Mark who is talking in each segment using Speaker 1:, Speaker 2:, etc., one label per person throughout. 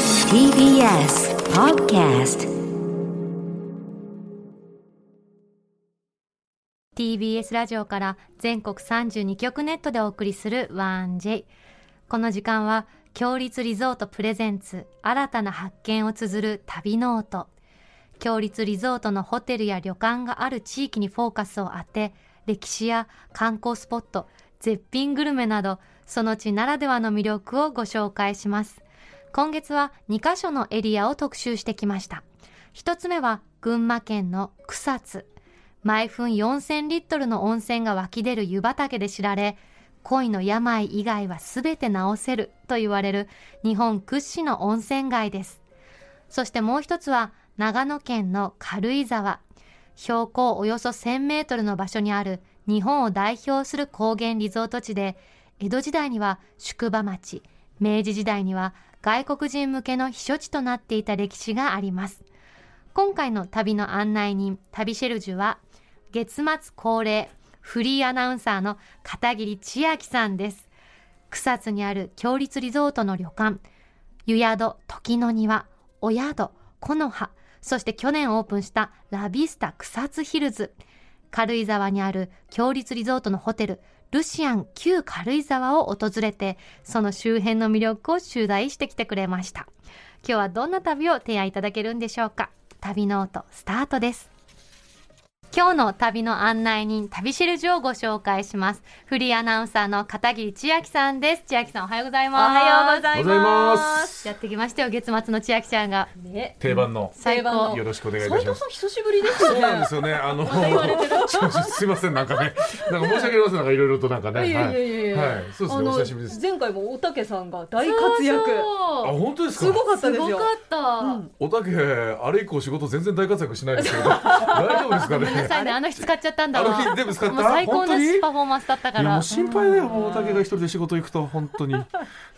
Speaker 1: TBS Podcast
Speaker 2: TBS ラジオから全国32局ネットでお送りする 1J この時間は強立リゾートプレゼンツ新たな発見を綴る旅ノート強立リゾートのホテルや旅館がある地域にフォーカスを当て歴史や観光スポット絶品グルメなどその地ならではの魅力をご紹介します今月は2カ所のエリアを特集してきました一つ目は群馬県の草津毎分4000リットルの温泉が湧き出る湯畑で知られ、恋の病以外は全て治せると言われる日本屈指の温泉街です。そしてもう一つは長野県の軽井沢。標高およそ1000メートルの場所にある日本を代表する高原リゾート地で、江戸時代には宿場町、明治時代には外国人向けの避暑地となっていた歴史があります。今回の旅の案内人、旅シェルジュは、月末恒例、フリーアナウンサーの片桐千秋さんです。草津にある強立リゾートの旅館、湯宿、時の庭、お宿、木の葉、そして去年オープンしたラビスタ草津ヒルズ。軽井沢にある強立リゾートのホテル、ルシアン旧軽井沢を訪れて、その周辺の魅力を取材してきてくれました。今日はどんな旅を提案いただけるんでしょうか。旅ノートスタートです。今日の旅の案内人、旅しるじをご紹介します。フリーアナウンサーの片桐千秋さんです。千秋さんおはようござい
Speaker 3: お
Speaker 2: ます。
Speaker 3: はようござい
Speaker 4: おはようござい
Speaker 3: ま。
Speaker 4: ます
Speaker 2: やってきましたよ、月末の千秋ちゃんが。
Speaker 3: ね、
Speaker 4: 定番の
Speaker 2: 最高
Speaker 3: 定番
Speaker 4: よろしくお願いいた
Speaker 3: 斉
Speaker 4: しま
Speaker 3: 藤
Speaker 4: す
Speaker 3: さん。久しぶりです
Speaker 4: そう
Speaker 3: よ
Speaker 4: なん
Speaker 3: ね
Speaker 4: で。すよね。あの、
Speaker 3: 言われてる
Speaker 4: すいません、なんか ね、なんか申し訳ありません、なんかいろいろとなんかね、はい
Speaker 3: いやいやいやいや
Speaker 4: はい、そうですね、お久しぶりで
Speaker 3: あの
Speaker 4: す。
Speaker 3: 前回もおたけさんが大活躍。
Speaker 4: あ、
Speaker 2: そう
Speaker 4: 本当です
Speaker 3: す
Speaker 4: か
Speaker 3: ご。かったですす
Speaker 2: ご
Speaker 3: よ
Speaker 2: か。った。
Speaker 3: うん
Speaker 4: おたけ、あれ以降仕事全然大活躍しないですけ ど、大丈夫です
Speaker 2: ごめ
Speaker 4: か
Speaker 2: んな
Speaker 4: ね。
Speaker 2: さいね、あの日使っちゃったんだ
Speaker 4: あ
Speaker 2: わ。
Speaker 4: の日全部使っ
Speaker 2: もう
Speaker 4: た。
Speaker 2: 最高
Speaker 4: 本当
Speaker 2: の
Speaker 4: にい
Speaker 2: パフォーマンスだったか
Speaker 4: やも
Speaker 2: ら。
Speaker 4: う心配だよ、もうおたけが一人で仕事行くと、本当に。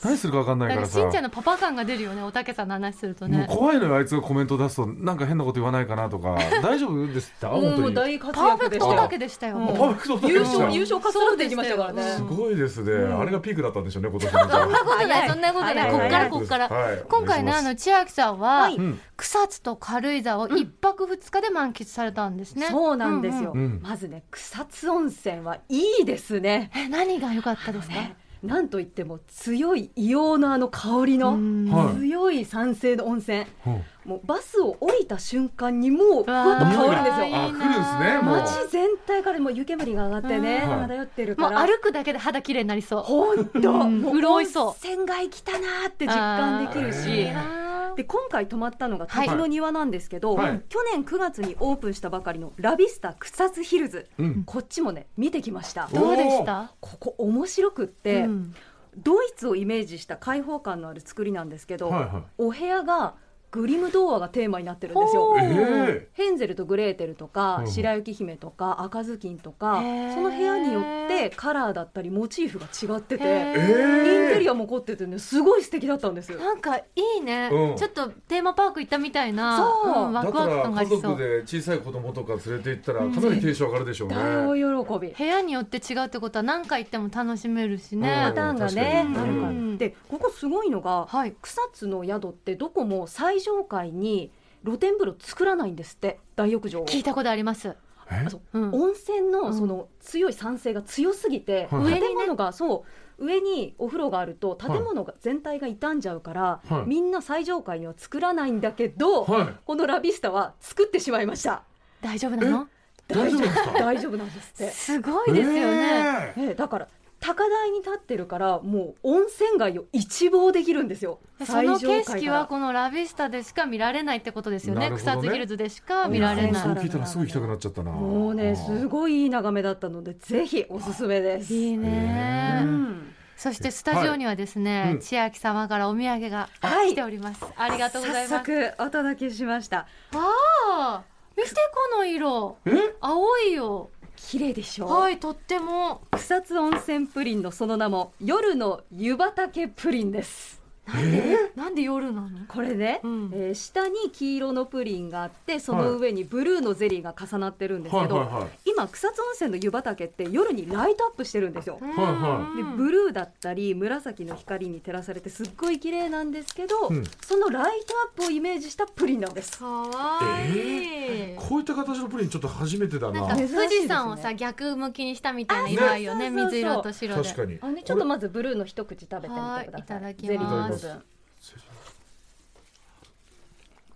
Speaker 4: 何するかわかんない
Speaker 2: な
Speaker 4: か
Speaker 2: んからしんちゃん
Speaker 4: さ。
Speaker 2: のパパ感が出るよね、おたけさんの話すると
Speaker 4: もう
Speaker 2: ね。
Speaker 4: 怖いのよ、あいつがコメント出すと、なんか変なこと言わないかなと か、大丈夫ですって、あ本
Speaker 3: も
Speaker 4: 当に。あ
Speaker 3: う大活
Speaker 2: パーフェ
Speaker 3: 躍
Speaker 2: ク
Speaker 3: で
Speaker 2: ト
Speaker 3: し
Speaker 2: お
Speaker 3: た
Speaker 2: た
Speaker 3: よ
Speaker 2: け。でしたよ。
Speaker 3: うん
Speaker 4: パー
Speaker 2: も
Speaker 4: フ
Speaker 2: う
Speaker 4: ェクトおたけ
Speaker 3: 優
Speaker 4: でし
Speaker 3: 勝
Speaker 4: た。
Speaker 3: 優勝かっさらってきましたから
Speaker 2: そうでし
Speaker 3: ね
Speaker 2: た
Speaker 4: す
Speaker 2: よ。
Speaker 4: ごいですね、あれがピークだったんでしょうね、今年
Speaker 2: そんな
Speaker 4: の。
Speaker 2: ことない、そんなこと
Speaker 3: は
Speaker 2: ないい、こっからこっから。
Speaker 4: はい
Speaker 2: 今回ね、
Speaker 4: お願
Speaker 2: あの
Speaker 4: いします
Speaker 2: 千秋さんは
Speaker 3: はい
Speaker 4: うん
Speaker 2: 草津と軽井沢を一泊二日で満喫されたんですね。
Speaker 3: そうなんですよ。
Speaker 4: うんうん
Speaker 3: まずね、草津温泉はいいですね。
Speaker 2: うんうん。え、何が良かったですか。
Speaker 3: ねなんといっても強い硫黄のあの香りの
Speaker 2: うん
Speaker 4: はい
Speaker 3: 強い酸性の温泉。
Speaker 4: うん
Speaker 3: もうバスを降りた瞬間にもうふわっと
Speaker 2: わー
Speaker 3: 香るんです
Speaker 2: い
Speaker 3: よ
Speaker 2: い。な
Speaker 4: あ来るんですねもう
Speaker 3: 街全体からもう湯煙が上がってね、
Speaker 4: うん
Speaker 3: 漂ってる
Speaker 2: も
Speaker 3: か
Speaker 2: う
Speaker 3: ら。
Speaker 2: 歩くだけで肌綺麗になりそう。
Speaker 3: ほんと、
Speaker 2: うん
Speaker 3: も
Speaker 2: 潤いそう
Speaker 3: 温泉街来たなーって実感できるし
Speaker 4: あ。
Speaker 3: で今回泊まったのが
Speaker 2: はい
Speaker 3: 滝の庭なんですけど、
Speaker 4: はい
Speaker 3: 去年9月にオープンしたばかりのラビスタ草津ヒルズ、
Speaker 4: うん
Speaker 3: こっちもね見てきました
Speaker 4: お
Speaker 2: どうでした。
Speaker 3: ここ面白くって、
Speaker 2: うん
Speaker 3: ドイツをイメージした開放感のある作りなんですけど、
Speaker 4: はいはい
Speaker 3: お部屋がグリム童話がテーマになってるんですよ
Speaker 2: ほう
Speaker 4: え
Speaker 3: ヘンゼルとグレーテルとか、
Speaker 4: うん
Speaker 3: 白雪姫とか赤ずきんとか
Speaker 2: へー
Speaker 3: その部屋によってカラーだったりモチーフが違ってて、
Speaker 2: へ
Speaker 4: え
Speaker 2: ー
Speaker 3: インテリ
Speaker 4: ア
Speaker 3: アも凝っててねすごい素敵だったんですよ
Speaker 2: なんかいいね、
Speaker 4: うん
Speaker 2: ちょっとテーマパーク行ったみたいな
Speaker 3: そうん
Speaker 2: ワ
Speaker 4: だ
Speaker 2: ク
Speaker 4: か
Speaker 2: ワク感
Speaker 4: ら
Speaker 2: があ
Speaker 4: 家
Speaker 2: りそ
Speaker 4: 族
Speaker 2: う
Speaker 4: で小さい子供とか連れて行ったらかなりテンション上がるでしょうね
Speaker 3: 大喜び
Speaker 2: 部屋によって違うってことは何回行っても楽しめるしね、
Speaker 3: パターンがね
Speaker 4: うん
Speaker 3: あるから、
Speaker 2: うん
Speaker 3: でここすごいのが
Speaker 2: はい
Speaker 3: 草津の宿ってどこも最上階に露天風呂作らないんですって大浴場を
Speaker 2: 聞いたことあります、
Speaker 4: え
Speaker 3: あそう
Speaker 2: うん
Speaker 3: 温泉
Speaker 2: う
Speaker 3: の
Speaker 2: ん
Speaker 3: その強い酸性が強すぎて、
Speaker 4: はいはい
Speaker 3: 建物がそう上にお風呂があると建物が全体が傷んじゃうから、
Speaker 4: はい
Speaker 3: みんな最上階には作らないんだけど、
Speaker 4: はい
Speaker 3: このラビスタは作ってしまいました
Speaker 2: 大丈夫なの
Speaker 4: 大丈夫ですか
Speaker 3: 大丈夫なんですって
Speaker 2: すごいですよね、
Speaker 4: え
Speaker 3: ええだから高台に立ってるからもう温泉街を一望できるんですよ
Speaker 2: でその景
Speaker 3: 最上階
Speaker 2: 色
Speaker 3: から
Speaker 2: はこのラビスタでしか見られないってことですよね
Speaker 4: なるほど
Speaker 2: 草
Speaker 4: ね
Speaker 2: 津ヒルズでしか
Speaker 4: ー
Speaker 2: 見られ
Speaker 3: うん
Speaker 2: ない、
Speaker 4: そう聞いたらすぐ行きたくなっちゃったな
Speaker 3: もうねす
Speaker 4: い
Speaker 3: ごいいい眺めだったのでぜひおすすめです。
Speaker 2: いいね、
Speaker 4: へ
Speaker 3: う
Speaker 4: ー
Speaker 3: ん
Speaker 2: そしてスタジオにはですね、
Speaker 4: はいうん
Speaker 2: 千秋様からお土産が
Speaker 3: はい
Speaker 2: 来ております、ありがとうございます
Speaker 3: 早速お届けしました。
Speaker 2: あー見てこの色
Speaker 4: え
Speaker 2: 青いよ
Speaker 3: 綺麗でしょう。
Speaker 2: はいとっても
Speaker 3: 草津温泉プリンのその名も夜の湯畑プリンです。
Speaker 2: なんで、なんで夜なの
Speaker 3: これね、
Speaker 2: うん
Speaker 3: えー下に黄色のプリンがあってその上にブルーのゼリーが重なってるんです
Speaker 4: は
Speaker 3: け
Speaker 4: い
Speaker 3: ど、
Speaker 4: はいはい
Speaker 3: 今草津温泉の湯畑って夜にライトアップしてるんですよ。
Speaker 2: はい
Speaker 4: は
Speaker 3: でブルーだったり紫の光に照らされてすっごい綺麗なんですけど、
Speaker 4: うん
Speaker 3: そのライトアップをイメージしたプリンなんです。
Speaker 2: かわいい、
Speaker 4: こういった形のプリンちょっと初めてだ
Speaker 2: なんか
Speaker 4: な
Speaker 3: 珍しいです
Speaker 2: 富
Speaker 3: ね
Speaker 2: 士山をさ逆向きにしたみたいな色合いよね
Speaker 3: あそうそうそう
Speaker 2: 水色と白で
Speaker 4: 確かに
Speaker 3: あのねちょっとまずブルーの一口食べてみてください。
Speaker 2: はいいただきます
Speaker 3: ゼリーの部分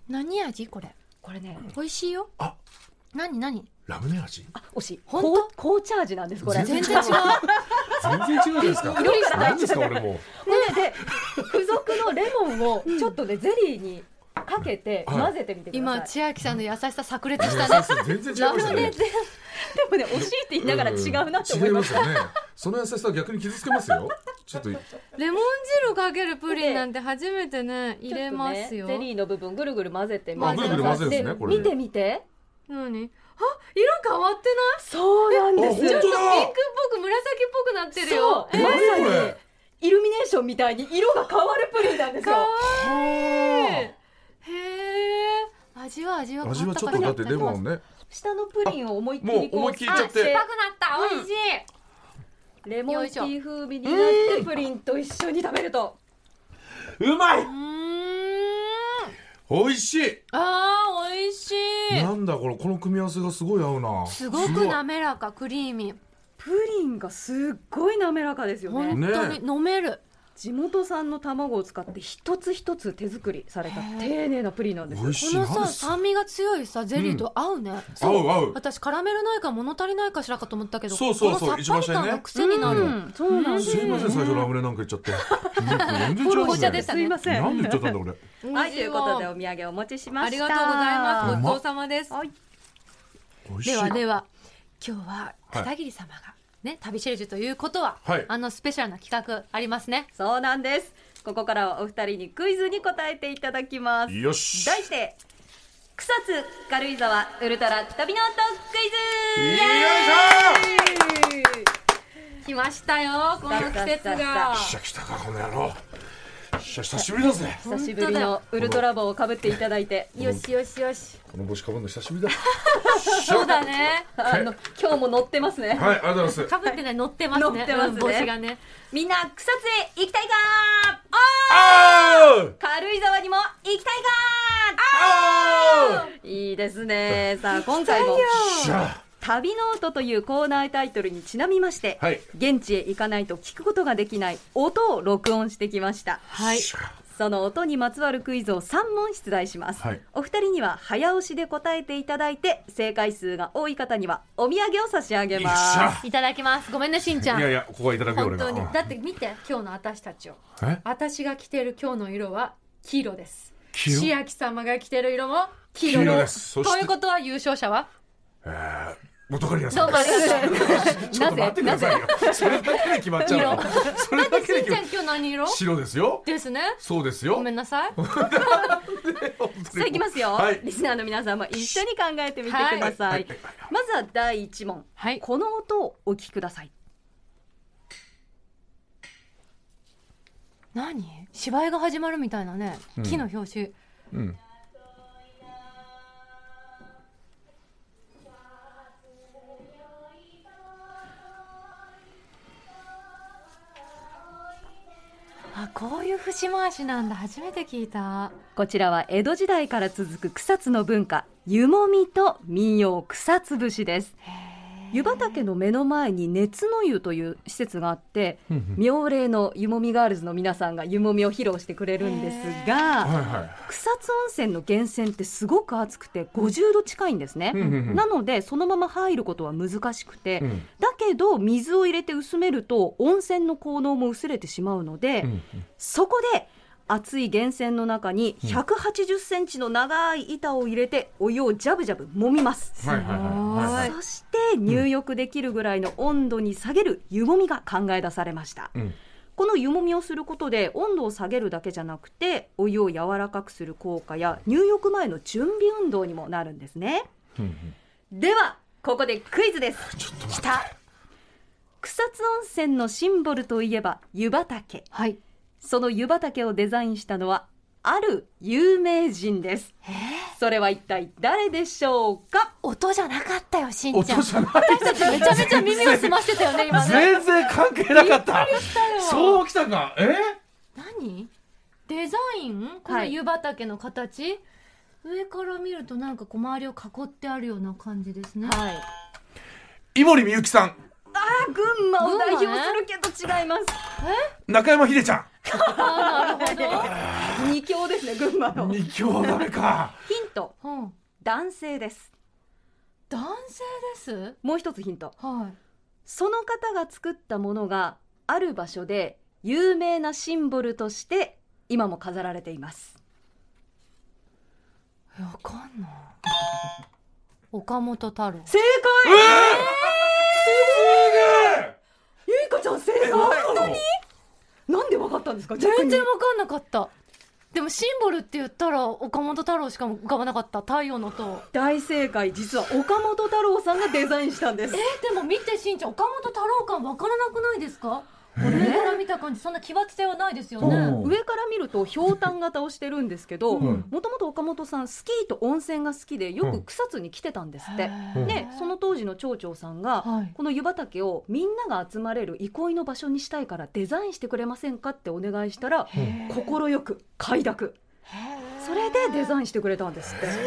Speaker 2: 何味これ
Speaker 3: これね、
Speaker 2: 美味しいよ
Speaker 4: あ
Speaker 2: 何何
Speaker 4: ラムネ味
Speaker 3: あ、惜しい。
Speaker 2: 本当
Speaker 3: 紅紅茶味なんですこれ。
Speaker 2: 全然違う
Speaker 4: 全然違うじゃないですか
Speaker 3: 色が
Speaker 4: 何ですか俺も
Speaker 3: これで付属のレモンをちょっとねゼリーにかけて
Speaker 4: はい
Speaker 3: 混ぜてみてください
Speaker 2: 今。千秋さんの優しさ炸裂したね
Speaker 4: 全然違い
Speaker 2: ラ
Speaker 4: ま
Speaker 2: ム
Speaker 4: した
Speaker 2: ネ
Speaker 4: ね
Speaker 2: で
Speaker 3: でもね惜しいって言いながら違うなって思いました。
Speaker 4: うん違いますよねその優しさは逆に傷つけます よちょっと
Speaker 2: レモン汁かけるプリンなんて初めてね入れますよ、
Speaker 3: ちょっとねゼリーの部分ぐるぐる混ぜてみて
Speaker 2: あぐるぐる
Speaker 4: 混ぜるんですねこれ
Speaker 3: 見てみて。
Speaker 2: 何あ色変わってない
Speaker 3: そうなんです。
Speaker 4: あ本当だ
Speaker 2: ピンクっぽく紫っぽくなってる
Speaker 3: そ
Speaker 2: よ
Speaker 3: う。
Speaker 4: えー
Speaker 3: まさに
Speaker 4: これ
Speaker 3: イルミネーションみたいに色が変わるプリンなんです
Speaker 2: か
Speaker 3: よ
Speaker 2: わ。いい
Speaker 4: は
Speaker 2: へえ味は味は変わ
Speaker 4: あ
Speaker 2: った
Speaker 4: 味
Speaker 2: か
Speaker 4: はちょっとだってレモンね
Speaker 3: 下のプリンを思いっき
Speaker 4: もう
Speaker 3: りこ
Speaker 4: 思いうっき
Speaker 3: 切
Speaker 4: りいっ
Speaker 3: っ
Speaker 4: ちゃって
Speaker 2: 酸っぱ
Speaker 3: て
Speaker 2: くなった美味しい、
Speaker 3: レモンティー風味になってプリンと一緒に食べると。
Speaker 4: うまいう
Speaker 2: ーん
Speaker 4: 美味しい
Speaker 2: あー美味しい
Speaker 4: なんだこれこの組み合わせがすごい合うな
Speaker 2: すごく滑らかクリーミー
Speaker 3: プリンがすっごい滑らかですよね。
Speaker 2: 本当に飲める、
Speaker 3: 地元産の卵を使って一つ一つ手作りされた丁寧なプリンなんです
Speaker 4: 美
Speaker 3: よ。
Speaker 4: 味し
Speaker 2: こ
Speaker 4: い
Speaker 2: の
Speaker 4: なん
Speaker 2: さ
Speaker 4: です
Speaker 2: 酸味が強いさゼリーと合うね、
Speaker 4: 合う合う
Speaker 2: 私カラメルないから物足りないかしらかと思ったけど
Speaker 4: そうそうそう
Speaker 2: このさっぱり感が癖になる、
Speaker 4: 一番下にね
Speaker 3: うん、そうなんです
Speaker 4: すいません最初ラムネなんか言っちゃ って全然違う
Speaker 2: 紅茶でしたね
Speaker 3: すいません。
Speaker 4: なんで言っちゃったんだ俺
Speaker 3: はい、と
Speaker 2: 美味し
Speaker 3: いう
Speaker 2: わ
Speaker 3: ことでお土産お持ちしま
Speaker 2: あ
Speaker 3: し
Speaker 2: りが
Speaker 3: た。
Speaker 2: とうございます
Speaker 4: う
Speaker 2: ご
Speaker 4: ま
Speaker 2: ちそうさまです
Speaker 3: はい
Speaker 4: 美味しい
Speaker 2: ではで
Speaker 4: は
Speaker 2: は今日は片桐様がね旅シェルジュということは、
Speaker 4: はい
Speaker 2: あのスペシャルな企画ありますね
Speaker 3: そうなんです。ここからはお二人にクイズに答えていただきます。
Speaker 4: よし
Speaker 3: 題して、草津軽井沢ウルトラ旅の音ク
Speaker 4: よい
Speaker 3: イ
Speaker 4: し
Speaker 3: ズ
Speaker 2: 来ましたよこの季
Speaker 3: 来た来
Speaker 2: 節
Speaker 3: た来
Speaker 2: が
Speaker 4: ょっしゃ来たかこの野郎よっしゃ久しぶりだぜ
Speaker 3: 久しぶりのウルトラ帽をかぶっていただいて、
Speaker 2: よしよしよし
Speaker 4: この帽子かぶるの久しぶりだ
Speaker 2: そうだね
Speaker 3: あの、今日も乗ってますね。
Speaker 4: はいありがとうございます
Speaker 2: かぶってね乗ってますね
Speaker 3: 乗ってますね
Speaker 2: うん帽子がね
Speaker 3: みんな草津へ行きたいか
Speaker 4: あー
Speaker 3: 軽井沢にも行きたい
Speaker 4: あ
Speaker 3: かいいですね。さあ、今回も。
Speaker 4: ーしゃ
Speaker 3: 旅ノートというコーナータイトルにちなみまして、
Speaker 4: はい
Speaker 3: 現地へ行かないと聞くことができない音を録音してきました
Speaker 2: はい
Speaker 4: しゃ
Speaker 3: その音にまつわるクイズを3問出題します、
Speaker 4: はい
Speaker 3: お二人には早押しで答えていただいて正解数が多い方にはお土産を差し上げ
Speaker 4: よっし
Speaker 3: ます
Speaker 4: ゃ
Speaker 2: いただきますごめんねしんちゃん
Speaker 4: いやいやここはいただくよ
Speaker 2: 本
Speaker 4: 俺が
Speaker 2: 当に
Speaker 4: うん
Speaker 2: だって見て今日の私たちを
Speaker 4: え
Speaker 2: 私が着てる今日の色は黄色です
Speaker 4: 黄色
Speaker 2: 千秋様が着てる色も黄色です
Speaker 4: 黄色ですそして
Speaker 2: ということは優勝者は
Speaker 4: えー元カリア
Speaker 2: どう
Speaker 4: さ
Speaker 2: んもあ
Speaker 4: で
Speaker 2: りがとうございます
Speaker 4: すちょっと待ってくださいよそれだけで決まっちゃうのそれだけで
Speaker 2: しん
Speaker 4: 決
Speaker 2: ち
Speaker 4: ま
Speaker 2: ゃん
Speaker 4: っ
Speaker 2: 今日何色
Speaker 4: 白ですよ
Speaker 2: ですね
Speaker 4: そうです
Speaker 2: ご
Speaker 4: よ
Speaker 2: めんなさい
Speaker 3: さあいきますよ、
Speaker 4: はい
Speaker 3: リスナーの皆さんも一緒に考えてみてください、
Speaker 4: はい
Speaker 3: まずは第1問
Speaker 2: はい
Speaker 3: この音をお聞きください
Speaker 2: 何芝居が始まるみたいなね
Speaker 4: うん
Speaker 2: 木の表紙、
Speaker 4: うん
Speaker 2: あこういう節回しなんだ初めて聞いた
Speaker 3: こちらは江戸時代から続く草津の文化湯もみと民謡草津節です湯畑の目の前に熱の湯という施設があって
Speaker 4: うんうん
Speaker 3: 妙齢の湯もみガールズの皆さんが湯もみを披露してくれるんです
Speaker 4: はい
Speaker 3: が
Speaker 4: は
Speaker 3: 草津温泉の源泉ってすごく熱くて50度近いんですね
Speaker 4: うんうんうん
Speaker 3: なのでそのまま入ることは難しくて
Speaker 4: いうん
Speaker 3: だけど水を入れて薄めると温泉の効能も薄れてしまうので、
Speaker 4: うん
Speaker 3: そこで熱い源泉の中に180センチの長い板を入れてお湯をジャブジャブ揉みます、
Speaker 4: はいはいはいはいはい
Speaker 3: そして入浴できるぐらいの温度に下げる湯もみが考え出されました、
Speaker 4: うん
Speaker 3: この湯もみをすることで温度を下げるだけじゃなくてお湯を柔らかくする効果や入浴前の準備運動にもなるんですね
Speaker 4: うんうん
Speaker 3: ではここでクイズです
Speaker 4: ちょっと待って
Speaker 3: 草津温泉のシンボルといえば湯畑
Speaker 2: はい
Speaker 3: その湯畑をデザインしたのはある有名人ですそれは一体誰でしょうか
Speaker 2: 音じゃなかったよ、しんちゃん。
Speaker 4: 音じゃない
Speaker 2: 私たちめちゃめちゃ耳を澄ましてたよね、今ね。
Speaker 4: 全然関係なかったそうきたかえ
Speaker 2: 何デザインこの湯畑の形、上から見るとなんかこう周りを囲ってあるような感じですね。
Speaker 3: はい
Speaker 4: 井森美幸さ
Speaker 3: あ群馬を代表す
Speaker 2: 群馬ね
Speaker 3: るけど違います
Speaker 4: ん中山秀ちゃ
Speaker 2: あー なるほ
Speaker 3: 二強ですね群馬
Speaker 4: ん
Speaker 3: のヒン
Speaker 4: 二強ダメか
Speaker 3: ト
Speaker 2: ど。うん。
Speaker 3: 男性です
Speaker 2: 男性です
Speaker 3: もう一つヒント
Speaker 2: は
Speaker 3: その方が作ったものがある場所で有名なシンボルとして今も飾られています
Speaker 2: い。わかんない。岡本太郎。
Speaker 3: 正
Speaker 4: え
Speaker 3: 解
Speaker 4: ーす
Speaker 3: ゆいかちゃん正
Speaker 4: げええ何なの
Speaker 3: なんでわかったんですか
Speaker 2: 全然わかんなかった。でもシンボルって言ったら岡本太郎しかも浮かばなかった。太陽の塔。
Speaker 3: 大正解実は岡本太郎さんがデザインしたんです
Speaker 2: え、でも見てしんちゃん、岡本太郎感わからなくないですかこれから見た感じ、そんな奇抜性はないですよね。
Speaker 4: うん
Speaker 3: 上から見るとひょうたん型をしてるんですけど
Speaker 4: うん
Speaker 3: もともと岡本さんスキーと温泉が好きでよく草津に来てたんですって、
Speaker 4: うん
Speaker 3: でその当時の町長さんが、
Speaker 2: はい
Speaker 3: この湯畑をみんなが集まれる憩いの場所にしたいからデザインしてくれませんかってお願いしたら
Speaker 4: うん
Speaker 3: 快く快諾それでデザインしてくれたんですって
Speaker 2: そう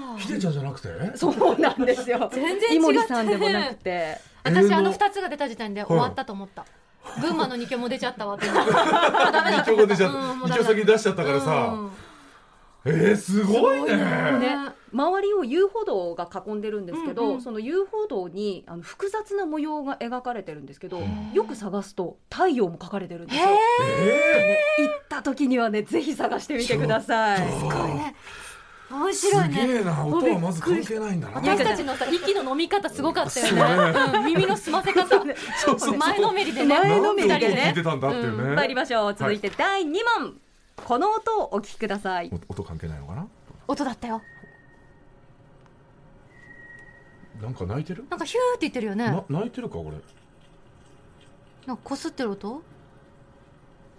Speaker 2: なんだ
Speaker 4: 秀ちゃんじゃなくて
Speaker 3: そうなんですよ
Speaker 2: 全然違ったね
Speaker 3: 井森さんでもなくて
Speaker 2: 私
Speaker 4: えー
Speaker 2: あ
Speaker 4: の
Speaker 2: の2つが出た時点で終わったと思った群馬の2強も出ちゃったわってもうダメだ
Speaker 4: 二強が出ちゃっ
Speaker 2: うんも
Speaker 4: た
Speaker 2: うダメだ
Speaker 4: 二強先に出しちゃったから
Speaker 2: うん
Speaker 4: さえーすごいね
Speaker 3: ね、周りを遊歩道が囲んでるんですけど、
Speaker 2: うんうん
Speaker 3: その遊歩道にあの複雑な模様が描かれてるんですけどよく探すと太陽も描かれてるんですよ、ね、
Speaker 4: え
Speaker 3: 行った時にはねぜひ探してみてください
Speaker 4: ー
Speaker 2: 面
Speaker 4: す
Speaker 2: 白い
Speaker 4: げ
Speaker 2: ね
Speaker 4: えな音はまず関係ないんだな
Speaker 2: 私たちのさ息の飲み方すごかったよね、うん、耳の澄ませ方
Speaker 4: そうそうそう
Speaker 2: 前のめりでね
Speaker 4: な
Speaker 3: 前の
Speaker 4: ん
Speaker 3: め
Speaker 4: で音
Speaker 3: りで
Speaker 4: を聞いてたんだっていう
Speaker 2: う
Speaker 4: ね
Speaker 3: 参りましょう続いて第2問、この音をお聞きください
Speaker 4: お音関係ないのかな
Speaker 2: 音だったよ
Speaker 4: なんか泣いてる
Speaker 2: なんかヒューって言ってるよね
Speaker 4: な泣いてるかこれ
Speaker 2: なんかこすってる音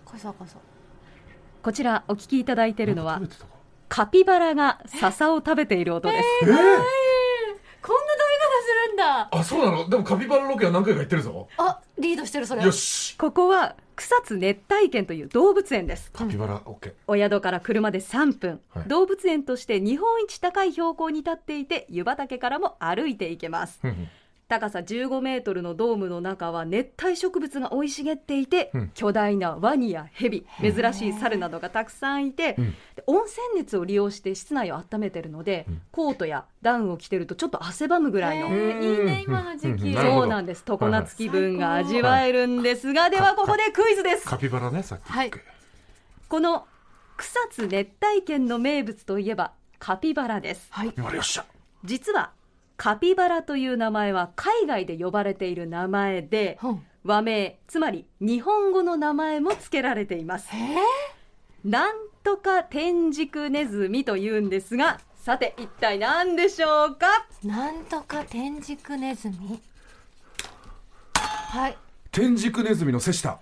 Speaker 2: カサカサ
Speaker 3: こちらお聞きいただいてるのは
Speaker 4: なんか食べてたか
Speaker 3: カピバラが笹を食べている音です
Speaker 4: えー
Speaker 2: こんな食べ方するんだ
Speaker 4: あそうなのでもカピバラロケは何回か行ってるぞ
Speaker 2: あリードしてるそれ
Speaker 4: よし
Speaker 3: ここは草津熱帯圏という動物園です
Speaker 4: カピバラオッケー
Speaker 3: お宿から車で3分、
Speaker 4: はい
Speaker 3: 動物園として日本一高い標高に立っていて湯畑からも歩いていけます
Speaker 4: ふんふん
Speaker 3: 高さ15メートルのドームの中は熱帯植物が生い茂っていて、
Speaker 4: うん
Speaker 3: 巨大なワニやヘビ珍しい猿などがたくさんいて、
Speaker 4: うん
Speaker 3: で温泉熱を利用して室内を温めてるので、
Speaker 4: うん
Speaker 3: コートやダウンを着てるとちょっと汗ばむぐらいの、
Speaker 2: へーいいね今の時
Speaker 4: うんう
Speaker 2: 期
Speaker 4: んなるほど
Speaker 3: そうなんです常夏気分が味わえるんですが、で
Speaker 4: い
Speaker 3: はここでクイズです
Speaker 4: カピバラねさっき
Speaker 2: はい
Speaker 3: この草津熱帯圏の名物といえばカピバラです
Speaker 4: カピバラよっしゃ
Speaker 3: 実はカピバラという名前は海外で呼ばれている名前で
Speaker 2: うん
Speaker 3: 和名つまり日本語の名前も付けられています
Speaker 2: えー
Speaker 3: なんとか天竺ネズミというんですがさて一体何でしょうか
Speaker 2: なんとか天竺ネズミはい
Speaker 4: 天竺ネズミの瀬下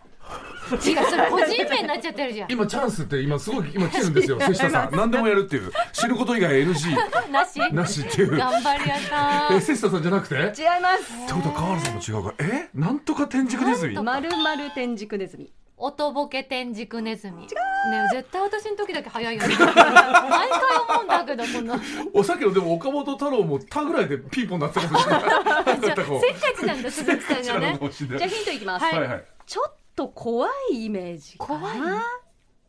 Speaker 2: 違うそれ個人名になっちゃってるじゃん
Speaker 4: 今チャンスって今すご い今来てるんですよ瀬下さん何でもやるっていう死ぬこと以外 NG
Speaker 2: なし
Speaker 4: なしっていう
Speaker 2: 頑張り屋さん
Speaker 4: え瀬下さんじゃなくてって
Speaker 3: 違います
Speaker 4: ことは河原さんも違うからえなんとか天竺ネズミ
Speaker 3: まるまる天竺ネズミ
Speaker 2: 音ボケ天竺ネズミねえ絶対私の時だけ早い よね毎回思うんだけどこの
Speaker 4: お酒のでも岡本太郎も他ぐらいでピーポンなってた かもしれないなん
Speaker 2: じ
Speaker 4: だ
Speaker 2: ゃあせ
Speaker 4: った
Speaker 2: っ
Speaker 4: こう
Speaker 2: かちなんだ鈴木さんが
Speaker 4: 違うの
Speaker 2: ね
Speaker 4: かもしれ
Speaker 3: じ
Speaker 4: な
Speaker 3: ゃあ
Speaker 4: い
Speaker 3: ヒントいきます、
Speaker 2: はい
Speaker 4: はいはい
Speaker 3: ちょっと怖いイメージか
Speaker 2: 怖
Speaker 3: な
Speaker 2: い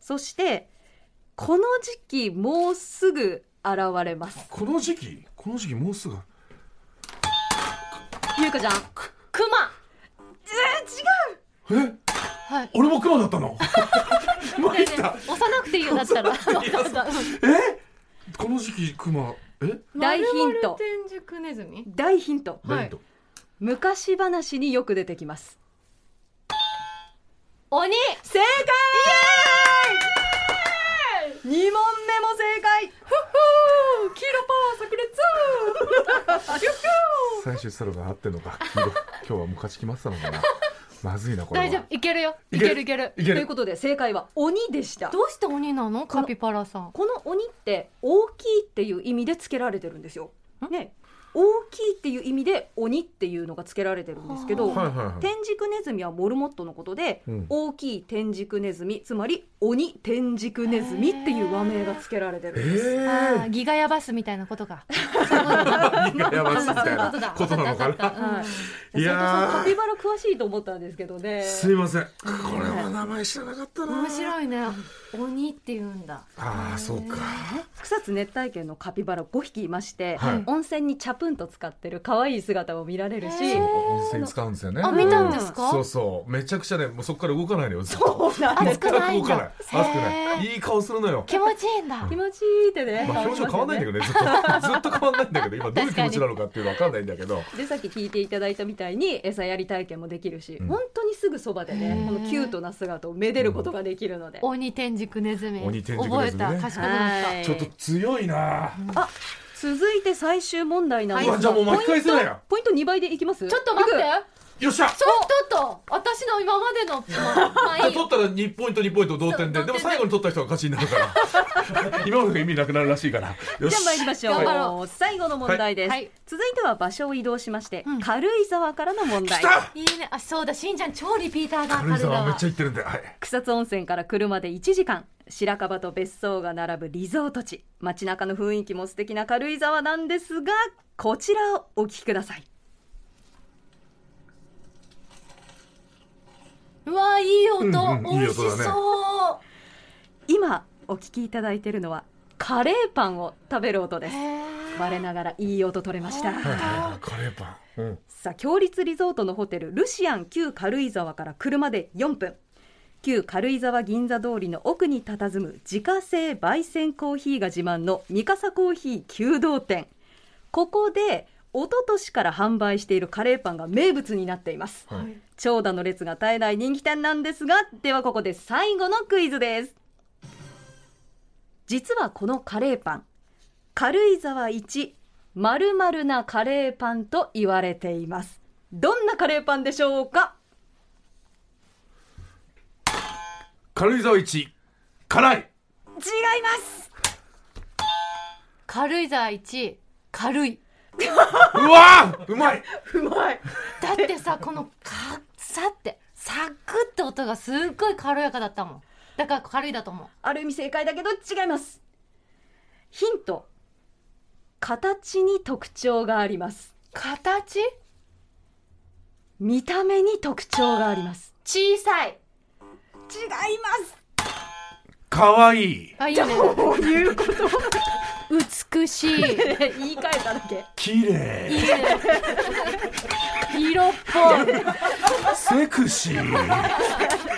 Speaker 3: そしてこの時期もうすぐ現れます
Speaker 4: この時期この時期もうすぐ
Speaker 3: ゆうかちゃんクマ
Speaker 4: え
Speaker 2: はい
Speaker 4: 俺も熊だったの 参っ
Speaker 2: ね
Speaker 4: た
Speaker 2: 押さなくていいよだったら わかったうん
Speaker 4: えこの時期熊え
Speaker 3: 大ヒント
Speaker 2: 丸々天竺ネズミ
Speaker 3: 大ヒント
Speaker 2: はい
Speaker 4: ライト
Speaker 3: 昔話によく出てきます
Speaker 2: 鬼
Speaker 3: 正解2問目も正解ふっふーキーパワー炸裂
Speaker 4: 最終サロが合ってんのか黄色今日はムカチきましたのかなまずいなこれは
Speaker 2: 大丈夫いけるよい
Speaker 4: いけ
Speaker 2: け
Speaker 4: る
Speaker 2: るいける
Speaker 4: い
Speaker 3: と
Speaker 4: け
Speaker 3: いう
Speaker 4: る
Speaker 3: ことで正解は鬼でした
Speaker 2: どうして鬼なのカピバラさん
Speaker 3: この鬼って大きいっていう意味でつけられてるんですよ。ね、大きいっていう意味で鬼っていうのがつけられてるんですけど、
Speaker 2: は
Speaker 4: はいはいはい
Speaker 3: 天竺ネズミはモルモットのことで、
Speaker 4: うん
Speaker 3: 大きい天竺ネズミつまり鬼天竺ネズミっていう和名がつけられてるんです。
Speaker 4: え
Speaker 2: あ
Speaker 4: ー
Speaker 2: ーギガヤバスみたいなことか
Speaker 4: 何がやばいみたいなことなのかな
Speaker 3: はい
Speaker 4: い
Speaker 3: 斉藤さん
Speaker 4: や
Speaker 3: カピバラ詳しいと思ったんですけどね。
Speaker 4: すいませんこれは名前知らなかったな
Speaker 2: 面白いね鬼って言うんだ
Speaker 4: ああそうか
Speaker 3: 草津熱帯圏のカピバラ5匹いまして、
Speaker 4: はい
Speaker 3: 温泉にチャプンと使ってる可愛い姿も見られるし、
Speaker 2: へ
Speaker 4: そう
Speaker 2: ー
Speaker 4: 温泉使うんですよね
Speaker 2: あ見たんですか
Speaker 4: そうそうめちゃくちゃねもうそこから動かないのよずっと
Speaker 3: そうなんで
Speaker 2: 熱
Speaker 3: す
Speaker 2: くないん
Speaker 4: 動かない
Speaker 2: だ
Speaker 4: 熱くないいい顔するのよ
Speaker 2: 気持ちいいんだ
Speaker 3: 気持ちいいってね。
Speaker 4: まあ表情変わんないんだけどねずっとずっと変わんないんだけど今どういう気持ちなのかっていうのわかんないんだけど
Speaker 3: でさっき聞いていただいたみたいに餌やり体験もできるし、
Speaker 4: うん
Speaker 3: 本当にすぐそばで
Speaker 2: へ
Speaker 3: ね
Speaker 2: ー
Speaker 3: このキュートな姿をめでることができるので、
Speaker 2: 鬼天竺ネズミ
Speaker 4: 鬼天竺ネズミね
Speaker 2: 覚えた賢くなった
Speaker 3: い
Speaker 4: ちょっと強いな
Speaker 3: 続いて最終問題なんです
Speaker 4: うわじゃあもう巻き返せないや
Speaker 3: ポイント2倍でいきます
Speaker 2: ちょっと待って
Speaker 4: よっしゃ
Speaker 2: ちょっとと私の今までのまあま
Speaker 4: じ
Speaker 2: あい
Speaker 4: ゃあ
Speaker 2: い
Speaker 4: 取ったら2ポイント2ポイント同点で
Speaker 2: そう同点で
Speaker 4: でも最後に取った人が勝ちになるから 今までの意味なくなるらしいからよ
Speaker 3: じゃあ
Speaker 4: し
Speaker 3: 参りましょう
Speaker 2: 頑張ろ
Speaker 3: 最後の問題です、
Speaker 2: はいはい
Speaker 3: 続いては場所を移動しまして、
Speaker 2: うん
Speaker 3: 軽井沢からの問題
Speaker 4: 来た
Speaker 2: いいねあそうだしんちゃん超リピーターだ
Speaker 4: 軽井沢めっちゃ
Speaker 2: ゃ
Speaker 4: 行ってるんではい
Speaker 3: 草津温泉から車で1時間白樺と別荘が並ぶリゾート地街中の雰囲気も素敵な軽井沢なんですがこちらをお聞きくださいう
Speaker 2: わいい音、
Speaker 4: うんうん
Speaker 2: 美
Speaker 4: いい
Speaker 2: 味し
Speaker 4: 音
Speaker 2: そう
Speaker 4: だね
Speaker 3: 今お聞きいただいているのはカレーパンを食べる音です我ながらいい音取れました
Speaker 4: はいはいはいカレーパンうん
Speaker 3: さあ強立リゾートのホテルルシアン旧軽井沢から車で4分旧軽井沢銀座通りの奥に佇む自家製焙煎コーヒーが自慢の三笠コーヒー弓道店ここで一昨年から販売しているカレーパンが名物になっています
Speaker 4: はい
Speaker 3: 長蛇の列が絶えない人気店なんですがではここで最後のクイズです実はこのカレーパン軽井沢一〇〇なカレーパンと言われていますどんなカレーパンでしょうか
Speaker 4: 軽井沢一辛い
Speaker 3: 違います
Speaker 2: 軽井沢一軽いう
Speaker 4: わーうまいう
Speaker 3: まい
Speaker 2: だってさこのカッサってサクって音がすっごい軽やかだったもんだから軽いだと思う
Speaker 3: ある意味正解だけど違いますヒント形に特徴があります
Speaker 2: 形
Speaker 3: 見た目に特徴があります
Speaker 2: 小さい
Speaker 3: 違います
Speaker 4: 可愛い
Speaker 2: あいいね
Speaker 3: こういうこと
Speaker 2: 美しいいいね
Speaker 3: 言い換えただけ
Speaker 4: 綺麗
Speaker 2: 色っぽい
Speaker 4: セクシー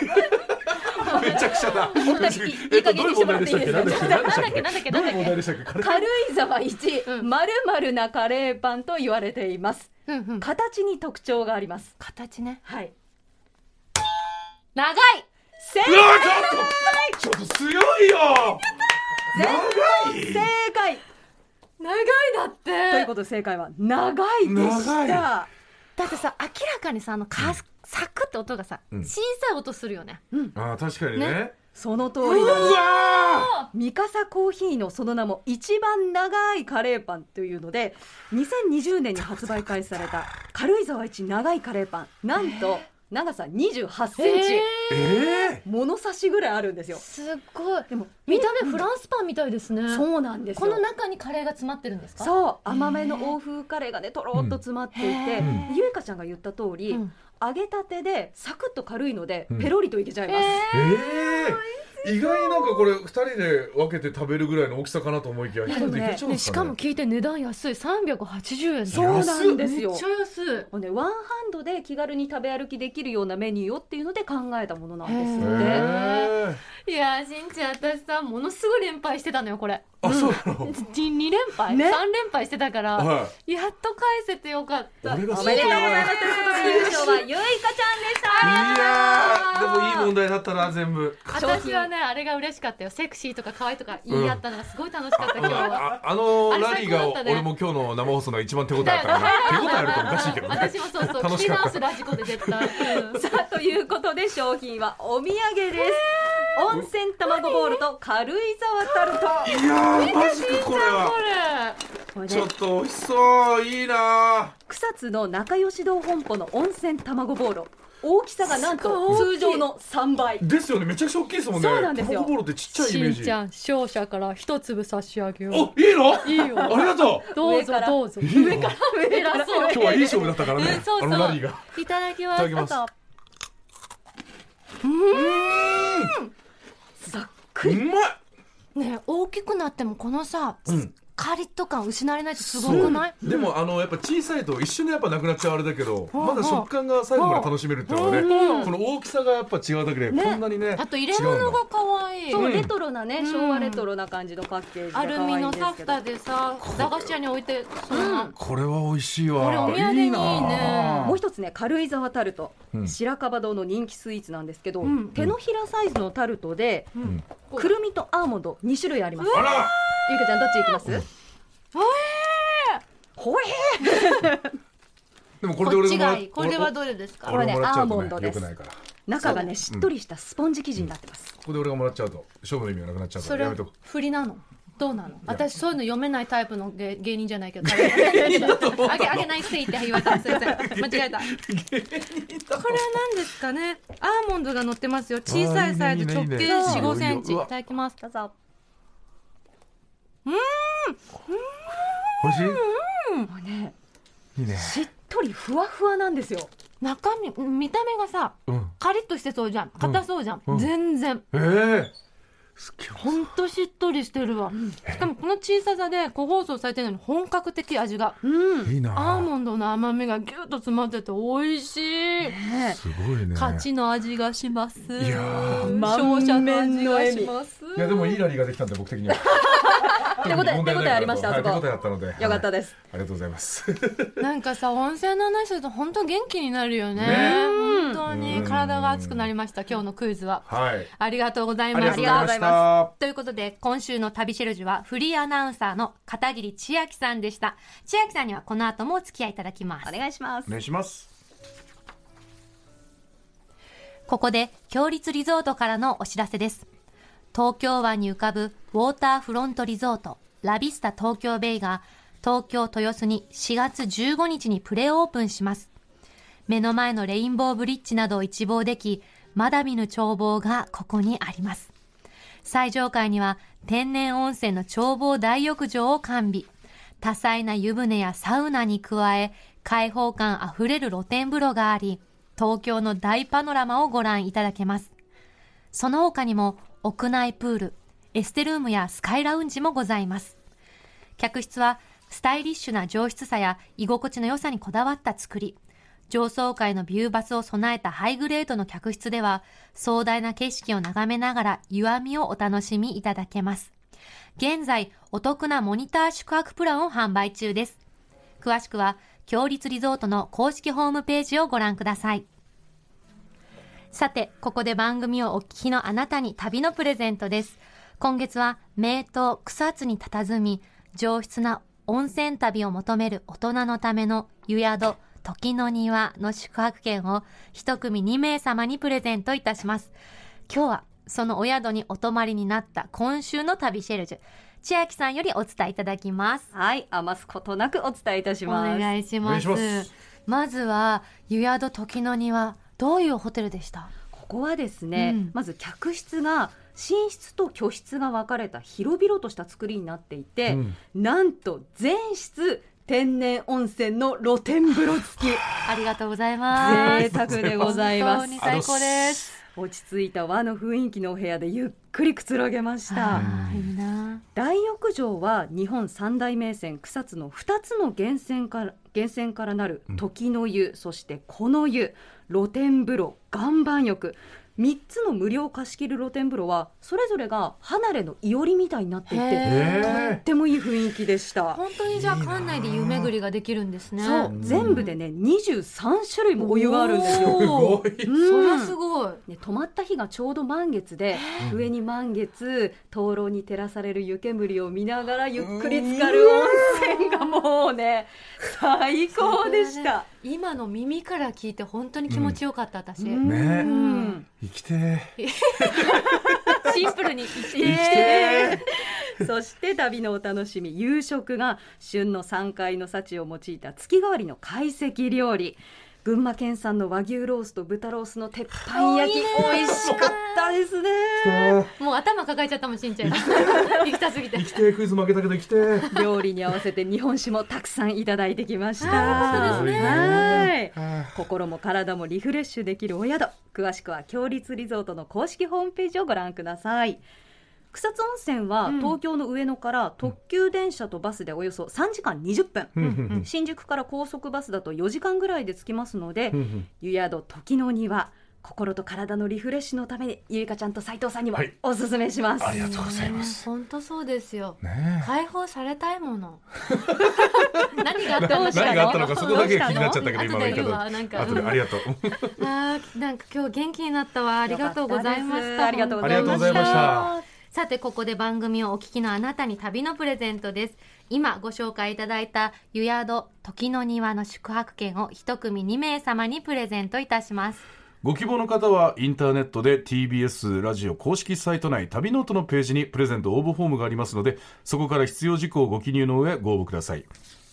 Speaker 4: めちゃくちゃだ
Speaker 3: 二人いいいい加減にしてもらっていいですか
Speaker 4: えっとどういう問題でしたっけ
Speaker 2: なんだっけ
Speaker 4: ど
Speaker 2: な
Speaker 4: うん
Speaker 2: だっ
Speaker 4: いう問題
Speaker 2: け
Speaker 4: でしたっけカレー
Speaker 3: 軽井沢一、
Speaker 2: うん
Speaker 3: まるまるなカレーパンと言われています。
Speaker 2: うんうん
Speaker 3: 形に特徴があります。
Speaker 2: 形ね
Speaker 3: はい。
Speaker 2: 長い
Speaker 3: 正
Speaker 4: うわちょっとちょっと強いよ長い
Speaker 3: 正解
Speaker 2: 長いだって
Speaker 3: ということで正解は長いでした。
Speaker 2: だってさ明らかにさあのカサクって音がさ
Speaker 4: うん
Speaker 2: 小さい音するよね
Speaker 4: ああ確かにね
Speaker 2: ね
Speaker 3: その通
Speaker 4: う
Speaker 3: りなんです。
Speaker 4: わ
Speaker 3: ミカサコーヒーのその名も一番長いカレーパンというので2020年に発売開始された軽井沢一長いカレーパンなんと長さ28センチ、
Speaker 2: え
Speaker 4: ーえ
Speaker 3: 物差しぐらいあるんですよ
Speaker 2: ーすっごい
Speaker 3: でも
Speaker 2: 見た目フランスパンみたいですね
Speaker 3: そうなんですよ
Speaker 2: この中にカレーが詰まってるんですか
Speaker 3: そう甘めの欧風カレーがねとろっと詰まっていて、
Speaker 2: へー
Speaker 3: ゆいかちゃんが言った通り、
Speaker 2: うん
Speaker 3: 揚げたてでサクッと軽いので、
Speaker 4: うん
Speaker 3: ペロリといけちゃいます、
Speaker 2: え
Speaker 4: ええー意外になんかこれ二人で分けて食べるぐらいの大きさかなと思いきや一人でいけちゃうん
Speaker 2: ね、
Speaker 4: です
Speaker 2: し
Speaker 4: か
Speaker 2: か
Speaker 4: ね
Speaker 2: も聞いて値段安い380円
Speaker 4: そ
Speaker 3: そう
Speaker 4: う
Speaker 3: なんですよ
Speaker 2: めっちゃ安い
Speaker 3: もうね、ワンハンドで気軽に食べ歩きできるようなメニューをっていうので考えたものなんです
Speaker 4: え
Speaker 3: よね。
Speaker 4: ー
Speaker 2: いやーしんちゃん私さものすごい連敗してたのよこれ
Speaker 4: あそうなの
Speaker 2: 2, 連敗、
Speaker 3: ね
Speaker 2: 3連敗してたから、
Speaker 4: は
Speaker 2: やっと返せてよかっ
Speaker 4: い
Speaker 2: た
Speaker 4: 俺が
Speaker 3: お
Speaker 4: 好き
Speaker 3: めでとうござい
Speaker 4: い
Speaker 3: ますということで優勝はゆいかちゃんでした
Speaker 4: やーでもいい問題だったら全部。
Speaker 2: 私はねあれが嬉しかったよセクシーとか可愛いとか言い合ったのがすごい楽しかった今日は。
Speaker 4: ああの
Speaker 2: あれ
Speaker 4: ラリ
Speaker 2: 最
Speaker 4: ーが
Speaker 2: 高だったね
Speaker 4: 俺も今日の生放送の一番手応えあった からね手応えあるとおかしいけどね
Speaker 2: 私もそうそう
Speaker 4: 楽
Speaker 2: 聞
Speaker 4: し
Speaker 2: き
Speaker 4: かった
Speaker 2: 直すラジコで絶 対、うん
Speaker 3: さあということで商品はお土産です、温泉卵ボールと軽井沢タル
Speaker 4: い
Speaker 3: ト
Speaker 4: やーマジかこれは
Speaker 2: これ
Speaker 3: これ
Speaker 4: ち
Speaker 3: ね
Speaker 4: ょっと美味しそういいな
Speaker 3: 草津の仲良し堂本舗の温泉卵ボール大きさがなん
Speaker 2: すごい
Speaker 3: と
Speaker 2: 大きい
Speaker 3: 通常の3倍
Speaker 4: ーですよねめちゃくちゃ大きいですもんね
Speaker 3: そうなんですよ
Speaker 4: タコボロってちっちゃいイメー
Speaker 2: し
Speaker 4: ジ
Speaker 2: んちゃん勝者から一粒差し上げよう
Speaker 4: おいいの
Speaker 2: いいよ
Speaker 4: ありがとう
Speaker 2: どう
Speaker 3: 上
Speaker 2: ぞ
Speaker 3: から
Speaker 2: どうぞ
Speaker 4: いいの
Speaker 2: 偉そう
Speaker 4: 今日はいい勝負だったから
Speaker 2: う
Speaker 4: ね
Speaker 2: んそうそう
Speaker 4: あのラリーが
Speaker 2: いただき
Speaker 4: い
Speaker 2: ま
Speaker 4: た
Speaker 2: す
Speaker 4: だきます
Speaker 3: ざっく
Speaker 4: う
Speaker 3: り
Speaker 4: まい
Speaker 2: ね大きくなってもこのさ、
Speaker 4: うん
Speaker 2: カリッと感失われないってすごくない
Speaker 4: でもあのやっぱ小さいと一瞬でやっぱなくなっちゃうあれだけど
Speaker 2: うん
Speaker 4: まだ食感が最後まで楽しめるっていうのが
Speaker 2: う
Speaker 4: ね
Speaker 2: ん
Speaker 4: この大きさがやっぱ違うだけで
Speaker 3: ね
Speaker 4: こんなにね
Speaker 2: あと入れ物が可愛い
Speaker 3: そう
Speaker 4: うん
Speaker 3: レトロなね、
Speaker 2: うん
Speaker 3: 昭和レトロな感じのパッケージが可
Speaker 2: ア
Speaker 3: 愛
Speaker 2: ル
Speaker 3: い
Speaker 2: ミ
Speaker 3: ん
Speaker 2: の
Speaker 3: です
Speaker 2: サ
Speaker 3: け
Speaker 2: フ
Speaker 3: ど
Speaker 2: タでさ
Speaker 4: これ
Speaker 2: 駄菓子屋に置いてそのまま
Speaker 4: これは美味しいわ
Speaker 2: これお土産にいいね
Speaker 4: な
Speaker 3: もう一つね軽井沢タルト、
Speaker 4: うん
Speaker 3: 白樺堂の人気スイーツなんですけど、
Speaker 2: うん
Speaker 3: 手のひらサイズのタルトで、
Speaker 2: うんうん
Speaker 3: くるみとアーモンド2種類あります
Speaker 4: あら
Speaker 3: ゆうかちゃんどっち行きます、ほえ
Speaker 4: でもこれで
Speaker 2: こっ
Speaker 4: 俺
Speaker 2: ち
Speaker 4: の
Speaker 2: がいいこれはどれですか
Speaker 3: これね
Speaker 4: 俺もらっちゃうと
Speaker 3: アーモンドです
Speaker 4: 良くないからこ
Speaker 3: 中がねしっとりしたスポンジ生地になってます、
Speaker 4: こで俺がもらっちゃうと勝負の意味がなくなっちゃうか
Speaker 2: そ
Speaker 4: ら
Speaker 2: れ
Speaker 4: やめとこ
Speaker 2: 振りなのどうなの私そういうの読めないタイプの芸芸人じゃないけ どあげあげないくせにって言われたすいません間違えたこれは何ですかねアーモンドが乗ってますよ小さいサイズ
Speaker 4: あ
Speaker 2: 直
Speaker 4: ーいいね
Speaker 2: 径
Speaker 4: いいねいいね
Speaker 2: 4 5センチ
Speaker 4: う
Speaker 2: い
Speaker 4: わ
Speaker 2: ただきます
Speaker 3: どうぞ
Speaker 4: う欲し
Speaker 3: もうね
Speaker 4: いいいね
Speaker 3: しっとりふわふわなんですよ
Speaker 2: 中身見た目がさ
Speaker 4: うん
Speaker 2: カリッとしてそうじゃん硬そうじゃん、
Speaker 4: うん
Speaker 2: 全然
Speaker 4: ええすっげえ
Speaker 2: ほんとしっとりしてるわしかもこの小ささで個包装されてるのに本格的味が
Speaker 3: うん
Speaker 4: いいな
Speaker 2: アーモンドの甘みがギュッと詰まってて美味しい
Speaker 3: ね
Speaker 4: すごいね
Speaker 2: 勝ちの味がします
Speaker 4: いやー
Speaker 2: 勝者の味がします
Speaker 4: いやでもいいラリーができたんで僕的には
Speaker 3: 手応え
Speaker 4: 問題
Speaker 3: 手応
Speaker 4: な
Speaker 3: え
Speaker 4: い
Speaker 3: ありました
Speaker 4: はい
Speaker 3: あそこ
Speaker 4: 手応えあったので
Speaker 3: よかっ
Speaker 4: は
Speaker 3: た
Speaker 4: い
Speaker 3: です、
Speaker 4: ありがとうございます
Speaker 2: なんかさ温泉の話すると本当元気になるよね
Speaker 4: ね
Speaker 2: 本当に体が熱くなりました今日のクイズは
Speaker 4: はい
Speaker 2: ありがとうござい
Speaker 4: あり
Speaker 2: ま
Speaker 4: がとう
Speaker 2: し
Speaker 4: ござ
Speaker 2: た
Speaker 4: いまし
Speaker 3: ありがとうございま
Speaker 4: た
Speaker 2: ということで、今週の旅シェルジュはフリーアナウンサーの片桐千秋さんでした。千秋さんにはこの後もお付き合いいただきます
Speaker 3: お。願いします
Speaker 4: お願いします
Speaker 2: ここで、強立リゾートからのお知らせです。東京湾に浮かぶウォーターフロントリゾート、ラビスタ東京ベイが、東京豊洲に4月15日にプレオープンします。目の前のレインボーブリッジなどを一望でき、まだ見ぬ眺望がここにあります。最上階には天然温泉の眺望大浴場を完備。多彩な湯船やサウナに加え、開放感あふれる露天風呂があり、東京の大パノラマをご覧いただけます。その他にも屋内プール、エステルームやスカイラウンジもございます。客室はスタイリッシュな上質さや居心地の良さにこだわった作り。上層階のビューバスを備えたハイグレードの客室では壮大な景色を眺めながら湯あみをお楽しみいただけます。現在お得なモニター宿泊プランを販売中です。詳しくは強立リゾートの公式ホームページをご覧ください。さて、ここで番組をお聞きのあなたに旅のプレゼントです。今月は、名湯草津に佇み、上質な温泉旅を求める大人のための湯宿、時の庭の宿泊券を一組2名様にプレゼントいたします。今日は、そのお宿にお泊まりになった今週の旅シェルジュ、千秋さんよりお伝えいただきます。
Speaker 3: はい余すことなくお伝えいたし
Speaker 2: お
Speaker 3: ます
Speaker 2: 願いし
Speaker 4: お願
Speaker 2: ま
Speaker 4: い
Speaker 2: す。
Speaker 4: し
Speaker 2: ま
Speaker 4: ます
Speaker 2: ずは、湯宿時の庭、どういうホテルでした
Speaker 3: ここはですね、
Speaker 2: うん
Speaker 3: まず客室が寝室と居室が分かれた広々とした作りになってい
Speaker 4: う
Speaker 3: て、
Speaker 4: ん
Speaker 3: なんと全室天然温泉の露天風呂 付き
Speaker 2: ありがとうございます。
Speaker 3: 贅沢でございま
Speaker 2: 本当
Speaker 3: す
Speaker 2: に最高です。
Speaker 3: 落ち着いた和の雰囲気のお部屋でゆっくりくつろげました、
Speaker 2: あーいいな。
Speaker 3: 大浴場は日本三大名泉草津の2つの源泉から源泉からなる時の湯、そしてこの湯露天風呂岩盤浴3つの無料貸し切り露天風呂はそれぞれが離れのいおりみたいになっていて
Speaker 5: へ
Speaker 3: とっ
Speaker 2: え
Speaker 3: てもいい雰囲気でした。
Speaker 5: 本当にじゃあ館内で湯巡りができるんですね
Speaker 3: そう全部でね23種類もお湯があるんですよ。
Speaker 2: ー、すごい
Speaker 3: うん
Speaker 5: そりゃすごい
Speaker 3: ね、泊まった日がちょうど満月で、
Speaker 2: うん
Speaker 3: 上に満月灯籠に照らされる湯煙を見ながらゆっくり浸かる温泉がもうね最高でした。
Speaker 5: 今の耳から聞いて本当に気持ちよかった私、
Speaker 3: うん
Speaker 2: ね
Speaker 3: うん
Speaker 2: 生きてー
Speaker 5: シンプルに生きて
Speaker 2: 生きて
Speaker 3: そして旅のお楽しみ夕食が旬の山海の幸を用いた月替わりの懐石料理群馬県産の和牛ロースと豚ロースの鉄板焼き
Speaker 5: いいね
Speaker 3: 美味しかったですね
Speaker 2: ーあー
Speaker 5: もう頭抱えちゃったもん しんちゃんが行きたすぎて
Speaker 2: 生きてークイズ負けたけど生きてー
Speaker 3: 料理に合わせて日本酒もたくさんいただいてきました
Speaker 5: あーそうですね
Speaker 3: はい
Speaker 2: あ
Speaker 3: 心も体もリフレッシュできるお宿詳しくは強立リゾートの公式ホームページをご覧ください草津温泉は
Speaker 5: うん
Speaker 3: 東京の上野から特急電車とバスでおよそ3時間20分、
Speaker 2: ーふんふんふん
Speaker 3: 新宿から高速バスだと4時間ぐらいで着きますので、
Speaker 2: ふんふん
Speaker 3: 湯宿時の庭心と体のリフレッシュのためにゆいかちゃんと斉藤さんにも
Speaker 2: はい
Speaker 3: おすすめします、
Speaker 2: ありがとうございます
Speaker 5: 本当そうですよ
Speaker 2: ねえ
Speaker 5: 解放されたいもの何があった
Speaker 3: ど
Speaker 5: の
Speaker 3: うしたの
Speaker 2: 何があったのかそこだけが気になっちゃったけど
Speaker 5: 後
Speaker 2: 今の
Speaker 5: で
Speaker 2: 言い
Speaker 5: 言う
Speaker 2: 方
Speaker 5: わなんか
Speaker 2: 後でありがとう
Speaker 5: あーなんか今日元気になったわありがとうございまし
Speaker 3: よかったで
Speaker 5: た
Speaker 3: すありがとう
Speaker 2: ありがとうございました
Speaker 5: さてここで番組をお聞きのあなたに旅のプレゼントです今ご紹介いただいた湯宿時の庭の宿泊券を一組2名様にプレゼントいたします
Speaker 4: ご希望の方はインターネットで TBS ラジオ公式サイト内旅ノートのページにプレゼント応募フォームがありますのでそこから必要事項をご記入の上ご応募ください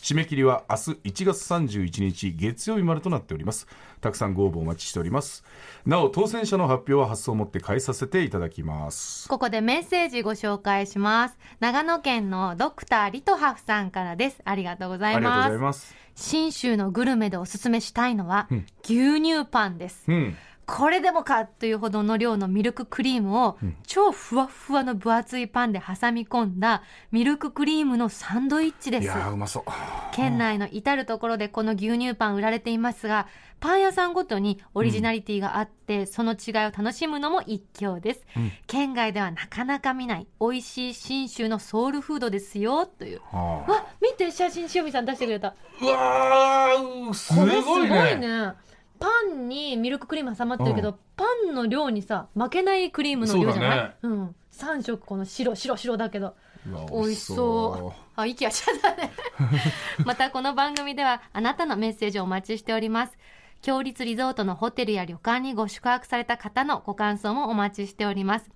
Speaker 4: 締め切りは明日1月31日月曜日までとなっておりますたくさんご応募お待ちしておりますなお当選者の発表は発送をもって返させていただきます
Speaker 5: ここでメッセージご紹介します長野県のドクターリトハフさんからですありがとうござ
Speaker 4: あ
Speaker 5: い
Speaker 4: りがとうござい
Speaker 5: ます
Speaker 4: ます
Speaker 5: 信州のグルメでおすすめしたいのは、牛乳パンです
Speaker 4: うん
Speaker 5: これでもかというほどの量のミルククリームを、超ふわっふわの分厚いパンで挟み込んだミルククリームのサンドイッチで
Speaker 4: い
Speaker 5: す
Speaker 4: やーうまそう
Speaker 5: 県内の至る所でこの牛乳パン売られていますがパン屋さんごとにオリジナリティがあって、その違いを楽しむのも一興です、県外ではなかなか見ない美味しい信州のソウルフードですよという
Speaker 4: あ
Speaker 5: わ見て写真塩見さん出してくれた
Speaker 2: うわーす
Speaker 5: これす
Speaker 2: ご
Speaker 5: ごい
Speaker 2: い
Speaker 5: ね
Speaker 2: ね
Speaker 5: パンにミルククリーム挟まってるけど、
Speaker 4: う
Speaker 5: パンの量にさ負けないクリームの量じゃない
Speaker 2: そううだね
Speaker 5: ん、3色この白白白だけど
Speaker 4: ーうわ
Speaker 5: 美味しそうあ息合っちゃったねまたこの番組ではあなたのメッセージをお待ちしております強立リゾートのホテルや旅館にご宿泊された方のご感想もお待ちしております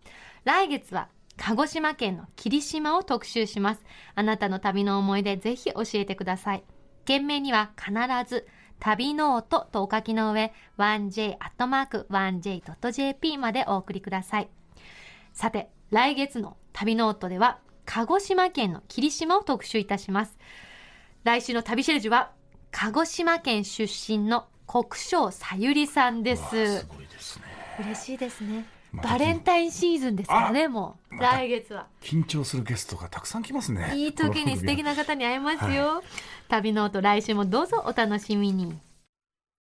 Speaker 5: 来月は鹿児島県の霧島を特集しますあなたの旅の思い出ぜひ教えてください件名には必ず旅ノートとお書きの上 1j.1j.jp までお送りくださいさて来月の旅ノートでは鹿児島県の霧島を特集いたします来週の旅シェルジュは鹿児島県出身の国生さゆりさんです
Speaker 4: すごいですね
Speaker 5: 嬉しいですね
Speaker 4: また
Speaker 5: バレンタインシーズンですからねもう
Speaker 4: また
Speaker 5: 来月は
Speaker 4: 緊張するゲストがたくさん来ますね
Speaker 5: いい時に素敵
Speaker 4: な
Speaker 5: な方に会えますよ、旅ノート来週もどうぞお楽しみに